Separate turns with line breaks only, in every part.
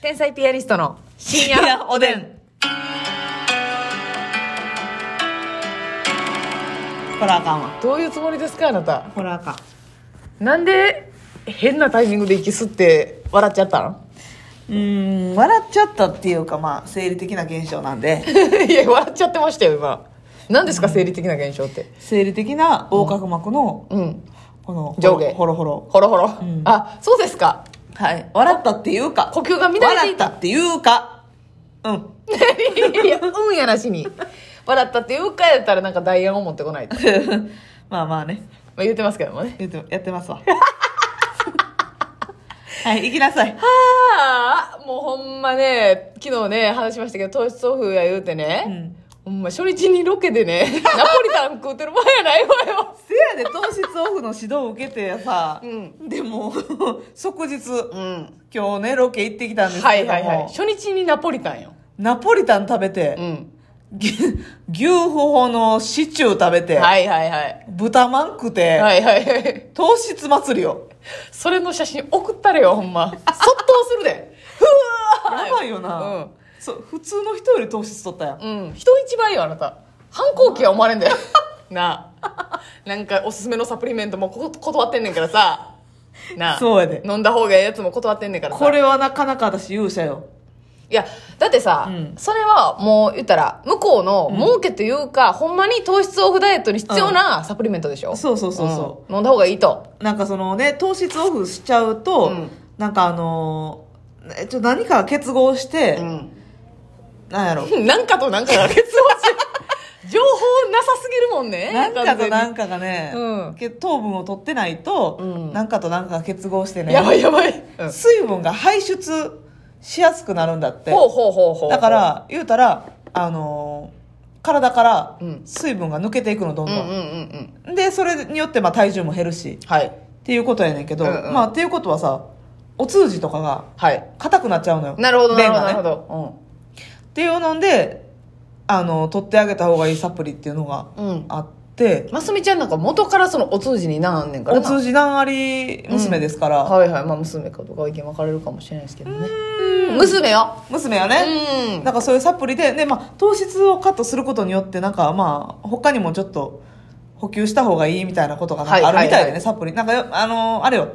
天才ピアニストの深夜おでん。
ホラー感は
どういうつもりですか、あなた。
ホラー感
なんで変なタイミングで息吸って笑っちゃったの
うーん笑っちゃったっていうかまあ生理的な現象なんで
いや、笑っちゃってましたよ、今。何ですか、生理的な現象って。
生理的な横隔膜の
うん。
この
上下
ホロホロ
ほろほろ。
ん
あ、そうですか。
はい笑ったっていうか
呼吸が乱れて
笑
い
ったっていうかうん
た。いや、うんやなしに。笑ったっていうかやったらなんか代案を持ってこないと。ま
まあまあね
あ言ってますけどもね。
言うてやってま すわはい行きなさい
はあ、もうほんまね、昨日ね、話しましたけど、糖質ソフや言うてね、
うん
ほんま初日にロケでね、 ナポリタン食うてる場合やないわよ。
せやで糖質オフの指導を受けてさ、
う
でも 即日
うん。
今日ねロケ行ってきたんです
は
け
い
ども、
はいはい。初日にナポリタンよ。
ナポリタン食べて、
うん。
牛牛ほほのシチュー食べて、
はいはいはい。
豚まん食って、
はいはいはい。
糖質祭りを
それの写真送ったれよ、ほんま。そっとするで。ふわー
やばいよな、
うん
そう普通の人より糖質取ったやん
うん、人一倍よあなた反抗期は生まれんだよ なあなんかおすすめのサプリメントもこ断ってんねんからさなあ
そうやで
飲んだ方がええやつも断ってんねんからさ
これはなかなか私勇者よ
いやだってさ、
うん
それはもう言ったら向こうの儲けというか、ほんまに糖質オフダイエットに必要なサプリメントでしょ、
そうそうそうそ
うん飲んだ方がいいと
なんかそのね糖質オフしちゃうと、
うん
なんかあのーえちょ何かが結合して、
うん
なん やろ
なんかとなんかが 結論し情報なさすぎるもんね
なんかとなん
か
かがね、
うん
け糖分を取ってないと、
うん
なんかとなんかが結合してね
やばいやばい、うん
水分が排出しやすくなるんだって
ほうほうほうほう
だから言うたらあのー体から
うん
水分が抜けていくのどん
うん
ど
うんうん
ん、
うん
でそれによってまあ体重も減るし
はい
っていうことやねんけど、
うんうん
まあっていうことはさお通じとかが
はい
硬くなっちゃうのよ
なるほど、な
便
るほ
が
ど、
ね
なるほど。
っていうのであの取ってあげた方がいいサプリっていうのが
うん。うん。
あって、
ますみちゃんなんか元からそのお通じになんあんねんから
お
な。
通じ何あり娘ですから、
はいはい。まあ娘かとか意見分かれるかもしれないですけどね。娘よ。
娘は
う
ね、
ん。
なんかそういうサプリで、で、まあ、糖質をカットすることによって、なんかまあ、他にもちょっと補給した方がいいみたいなことがなんかあるみたい
はいはい
でね、
はい
サプリ。なんかよ、あのーあれよ、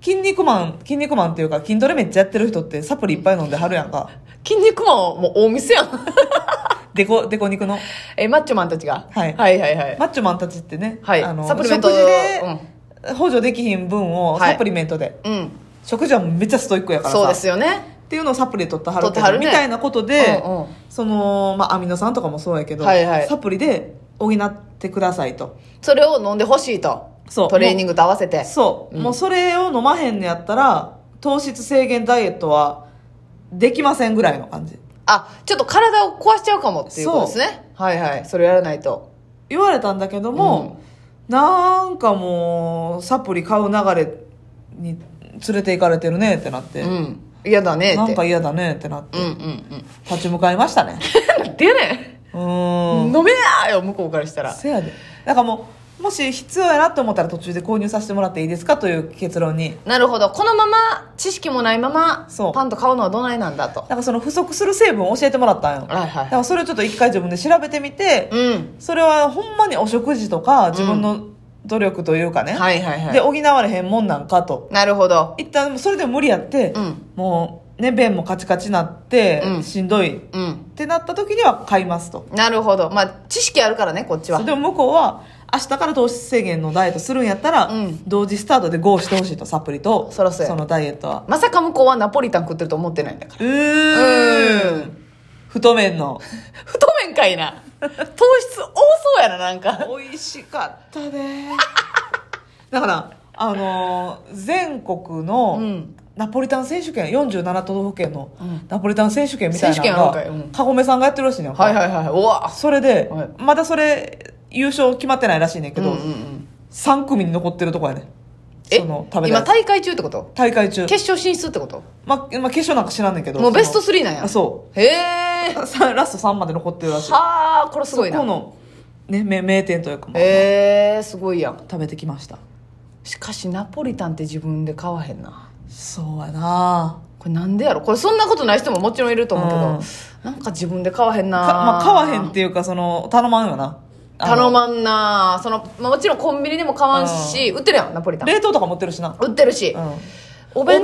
筋肉マン、筋肉マンっていうか、筋トレめっちゃやってる人ってサプリいっぱい飲んではるやんか。
筋肉マンはもう大店やん。
デコ、デコ肉の。
え、マッチョマンたちが。
はい
はいはいはい。
マッチョマンたちってね、
はい
あのー
サプリメント
食事で補助できひん分を
はい
サプリメントで。
うん。
食事はめっちゃストイックやからさ。
そうですよね。
っていうのをサプリで取ってはるけ
取って
ど
はるね
みたいなことで、
うんうん
その、まあ、アミノ酸とかもそうやけど、
はいはい
サプリで補ってくださいと。
それを飲んでほしいと。
そう
トレーニングと合わせて。
そう、もうそれを飲まへんのやったら糖質制限ダイエットはできませんぐらいの感じ
あ、ちょっと体を壊しちゃうかもっていうことですね。はいはい。それやらないと。
言われたんだけども、なんかもうサプリ買う流れに連れて行かれてるねってなって、
うん。嫌だねって。
なんか嫌だねってなって
うんうん うん。
立ち向かいましたね
なんでやね。
うんーん
飲めやよ、向こうからしたら。
せやでだからもうもし必要やなと思ったら途中で購入させてもらっていいですかという結論に
なるほどこのまま知識もないまま
そう
パンと買うのはどないなんだと
なんかその不足する成分を教えてもらったんよ
はい
だか
は
らそれをちょっと一回自分で調べてみて
い、うん
それはほんまにお食事とか自分の努力というかね、
はいはいは
で
い
補われへんもんなんかと
なるほど
一旦それでも無理やって、
うん
もうね便もカチカチなって、
うん
しんどいっ
うん
てなった時には買いますと
なるほどまあ知識あるからねこっちは
でも向こうは明日から糖質制限のダイエットするんやったら、
うん
同時スタートで合してほしいとサプリと
そらそうや
のダイエットは
まさか向こうはナポリタン食ってると思ってないんだから
うーん太麺の
太麺かい な糖質多そうやななんか
美味しかったね だからあのー全国の、
うん
ナポリタン選手権47都道府県の
うん
ナポリタン選手権みたいなの
選手権あるん
が
かいうん
カゴメさんがやってるらしいねん
はいはいはいうわ
それで、
はい
まだそれ優勝決まってないらしいねんけ
うんう
ど、
んうん
三3組に残ってるとこやねん
え
その食べた
今
やつ
大会中ってこと
大会中、
決勝進出ってこと
まま、決勝なんか知らんねんけど
もうベスト
そ
3なんや
のあそ
へえ
うさラスト3まで残ってるらしい
はあこれすごいな
そこの、ね、名名店というか、まあ
へえすごいやん
食べてきました
しかしナポリタンって自分で買わへんな
そうやな
ここれなんでやろこれそんなことない人ももちろんいると思うけど、
うん
なんか自分で買わへんな
かまあ、買わへんっていうか、その、頼まんよな。あの
頼まんなその、まあ、もちろんコンビニでも買わんし、売ってるやんナポリタン
冷凍とか持ってるしな。
売ってるし、
うん。
お弁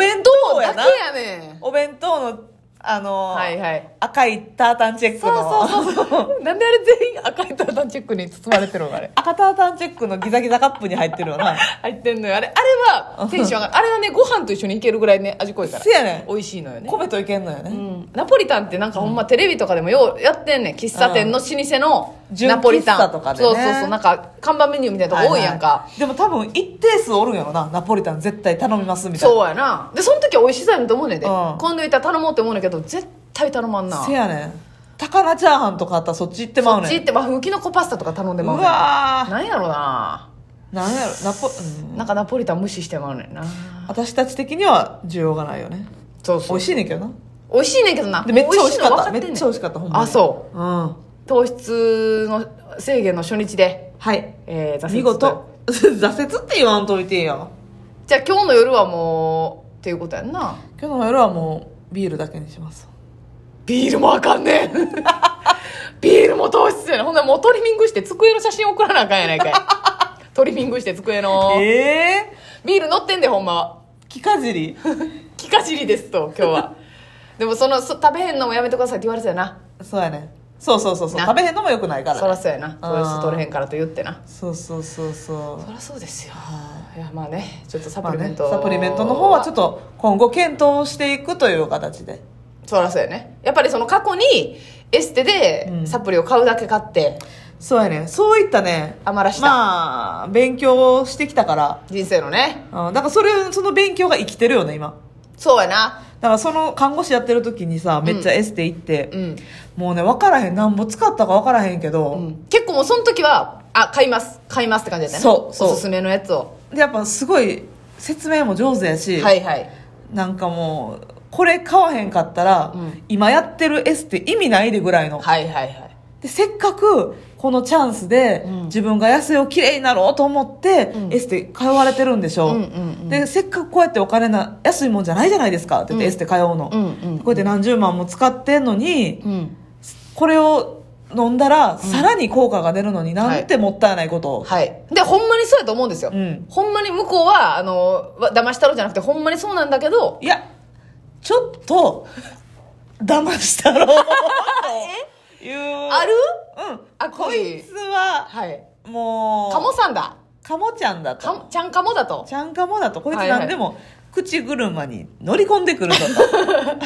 当
お
だ
弁
け
当
やねん
お弁当の、あのー、
はいはい
赤いタータンチェック
そう
の、
そうそうそう なんであれ全員赤いタータンチェックに包まれてるのあれ
赤タータンチェックのギザギザカップに入ってるよ な。
入ってんのよあれあれはテンション上がるあれはねご飯と一緒にいけるぐらいね味濃いから
せやねん
美味しいのよね
米といけんのよ
う
ね。
んナポリタンってなんかほんまテレビとかでもようやってんねん喫茶店の老舗の
うん
ナポリタン、
純喫茶とかでね
そうそうそうなんか看板メニューみたいなとこ多いやんか、
ははでも多分一定数おるんやろなナポリタン絶対頼みますみたいな
そうやなでその時は美味しさやと思うねんで、
うん
今度行ったら頼もうって思うねんけど絶対頼まんな
せやねん高菜チャーハンとかあったらそっち行ってま
こ
う
っ
ねん
ち行って和風きのこパスタとか頼んで
う
まうねん
わ
なんやろな
ーなんやろナポ、うん、
なんかナポリタン無視してまうねんな
私たち的には需要がないよね
そうそ
美
う
味しいねんけどな
美味しいねんけどな
でめっちゃ美味しかっ
美
ため
味しいの分かってんね
っ
ん
ちゃ美味しかったほんまに
あそう
うん
糖質の制限の初日で、
はい
えー、挫折
見事 挫折って言わんといてや
じゃあ今日の夜はもうっていうことやんな
今日の夜はもうビールだけにします
ビールもあかんねん ビールも糖質やなほんならもうトリミングして机の写真送らなあかんやない かいトリミングして机の
ええ
ビール乗ってんでほんまは
ー、木かじり
気かじりですと今日はでもそのそ食べへんのもやめてくださいって言われてたよな
そうやねんそうそうそうそう
な
食べへんのもよくないから
そらそうやな
ー
糖質取れへんからと言ってな
そうそうそうそう
そらそうですよ
はい
やまあねちょっとサ
ま
プ
あ
リメ
ね
ント、
サプリメントの方はちょっと今後検討していくという形で
そらそうやねやっぱりその過去にエステ
う
で
ん
サプリを買うだけ買って
そうやねそういったね
余らした
まあ勉強をしてきたから
人生のね
うんだからそれその勉強が生きてるよね今
そうやな
だからその看護師やってる時にさめっちゃエステ行って、
うん、
もうね分からへんなんぼ使ったか分からへんけど、
うん、結構もうその時はあ買います買いますって感じだったね
そうそう
おすすめのやつを
でやっぱすごい説明も上手やし、
はいはい
なんかもうこれ買わへんかったら、
うん
今やってるエステ意味ないでぐらいの
はいはいはい
でせっかくこのチャンスで
うん
自分が痩せをきれいになろうと思って
うん
エステ通われてるんでしょ、
うんうんうん
でせっかくこうやってお金な安いもんじゃないじゃないですかって言って
うん
エステ通うの、
うんうん
こうやって何十万も使ってんのに
うん
これを飲んだらさらに効果が出るのになんてもったいないことを、
はいでほんまにそうやと思うんですよ、
うん
ほんまに向こうはあのわ騙したろじゃなくてほんまにそうなんだけど
い、やちょっと騙したろうという
ある
うん
あ
こいつは
はい
もう
カモさんだ
カモちゃんだと
かもちゃんカモだと
ちゃんかもだとこいつ
はいはい
何でも口車に乗り込んでくる ぞと、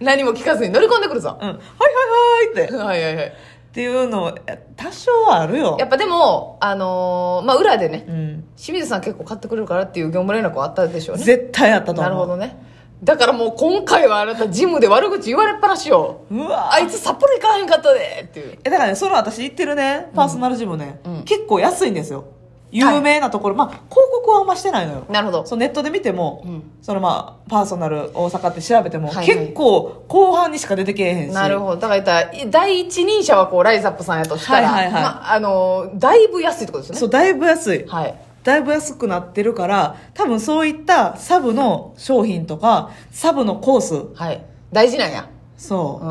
何も聞かずに乗り込んでくるぞ
うん、はいはいはいってっ
はいはいはい
ていうのや多少はあるよ
やっぱでもあのーまあ裏でね
うん、
清水さん結構買ってくれるからっていう業務連絡はあったでしょうね
絶対あったと思う
なるほどねだからもう今回はあなたジムで悪口言われっぱなしよ
うわ
あいつサプリ買わへんかったでっていう
えだからねその私行ってるねパーソナルジムね、
うん
結構安いんですよ有名なところ、まあ広告はあんましてないのよ
なるほど
そうネットで見ても、
うん
そのまあパーソナル大阪って調べても、
はいはい
結構後半にしか出てけえへんし
なるほどだから言ったら第一人者はこうライザップさんやとしたら、
はいはいはい
まあのーだいぶ安いってことです
そ
ね
うだいぶ安い
はい
だいぶ安くなってるから多分そういったサブの商品とかサブのコー
はい大事なんやう
スそう、
ー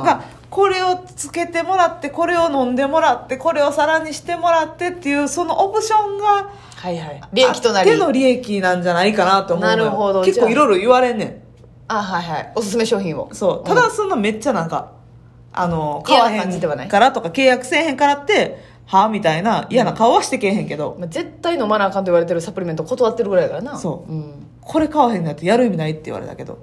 ん
がこれをつけてもらってこれを飲んでもらってこれをさらにしてもらってっていうそのオプションが
はいはい利益となり
あっての利益なんじゃないかなと思うのよ
なるほど
結構いろいろ言われんねん
あはいはいおすすめ商品を
そうただそんなめっちゃなんか、あの買
嫌
わ
な
へ
感じではない
んからとか契約せえへんからってはあみたいな嫌な顔はしてけえへんけど、
まあ、絶対飲まなあかんと言われてるサプリメント断ってるぐらいだからな
そう
うん、
これ買わへんのやってやる意味ないって言われたけど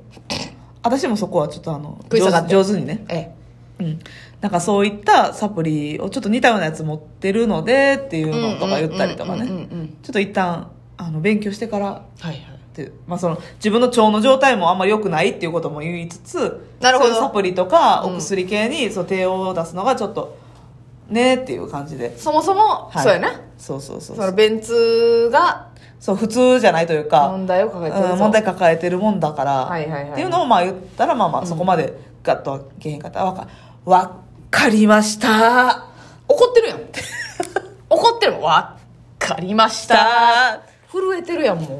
私もそこはちょっとあの
食い
上
下がっ
手
て
上手にね
え
うんなんかそういったサプリをちょっと似たようなやつ持ってるのでっていう
え
のとか言ったりとか
うんうんうん
ね
うんうん
ちょっと一旦あの勉強してから
はいはい
って、まあ、その自分の腸の状態もあんまり良くないっていうことも言いつつ
なるほど
そういうサプリとか
うん
お薬系にそう手を出すのがちょっとねっていう感じで、
そもそも、
はい
そうやな
そうそうそ
そ
うそ
の
う
便通が
普通じゃないというか
問題を抱えてる
う
ぞ
ん問題抱えてるもんだから、
はいはいはい
っていうのをまあ言ったらまあまあそこまでガッとはけへんかったわかわっかりました
怒ってる やん怒ってるもんわっかりました
た
震えてるやんもう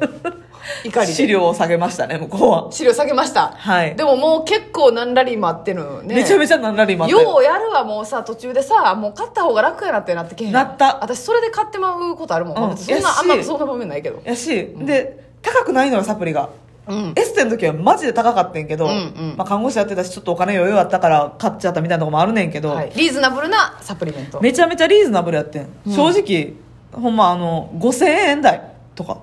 怒りで
資料を下げましたね、向こうは。
資料下げました、
はい
でももう結構何ラリー待ってるのね
めちゃめ
ち
ちゃ何ラリー待ってる
ようやるわもうさ途中でさもう買った方が楽やなってなってけへん
なった
私それで買ってまうことあるもん、
うん
別にそんなあん
や
ま
し
そんな場面ないけど
やし、で、高くないのよ、サプリが。
うん
エステの時はマジで高かってんけど、
うんうん
まあ、看護師やってたしちょっとお金余裕あったから買っちゃったみたいなとこもあるねんけど、
はい、リーズナブルなサプリメント
めちゃめちゃリーズナブルやってん、正直ほんまあの5000円台とか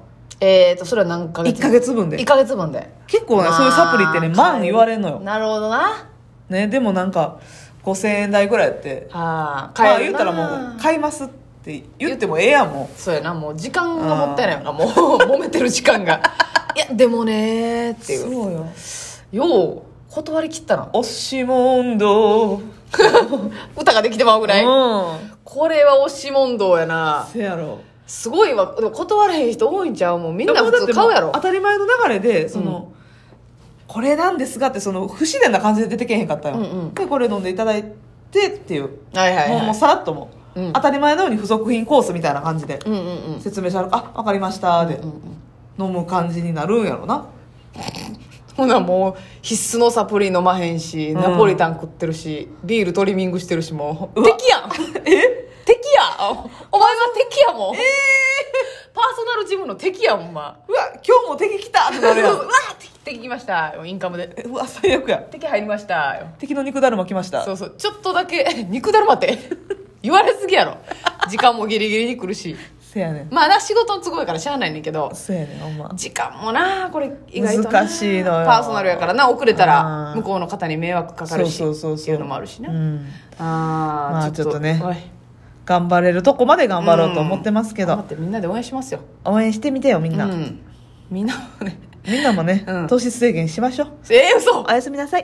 えーとそれは何ヶ月
1ヶ月分
1
で
ヶ月分で
結構ねそういうサプリってね万言われんのよ、
なるほどな
ね、でもなんか5000円台ぐらいやって
あー
ま
買
あ
え
言
る
っ
な
たらもう買いますって言ってもええやんも
そうやなもう時間がもったいないよなもう 揉めてる時間がいやでもねーっ
う
ていう
そうよ
よう断り切ったな
押し問答
歌ができてまうぐらい
うん
これは押し問答やな
せやろ
すごいわでも断れへん人多いんちゃうもうみんな普通買うやろ
当たり前の流れでその、これなんですがってその不自然な感じで出てけへんかったよ、
うんうん
でこれ飲んでいただいてっていう、
はいはい
もうも
は
う
い
さらっともう、
うん
当たり前のように付属品コースみたいな感じで
うんうんうん
説明したら「あわかりました」で飲む感じになるんやろな
ほなもう必須のサプリ飲まへんし、
ん
ナポリタン食ってるしビールトリミングしてるしもう
うわ
敵やん え敵やおお前は敵やもんええパーソナルジムの敵やんほんま
うわ今日も敵来たってなる や
うわ
ん
敵敵来ましたインカムで
えうわ最悪や
敵入りましたよ
敵の肉だるま来ました
そうそうちょっとだけ 肉だるまって言われすぎやろ時間もギリギリに来るし
せやねん
まあな仕事の都合やからしゃあないねんけど
せやねんほんま
時間もなこれ意外とな
難しいのよ
パーソナルやからな遅れたら
うん
向こうの方に迷惑かかるし
そうそうそうそう
っていうのもあるしな、
うん
あー
まあちょっとね
おい
頑張れるとこまで頑張ろうと思ってますけ
頑張
ど
っ、てみんなで応援しますよ
応援してみてよみんな、
うんみんなもね
みんなもね、
うん
糖質制限しましょう
えー、嘘
おやすみなさい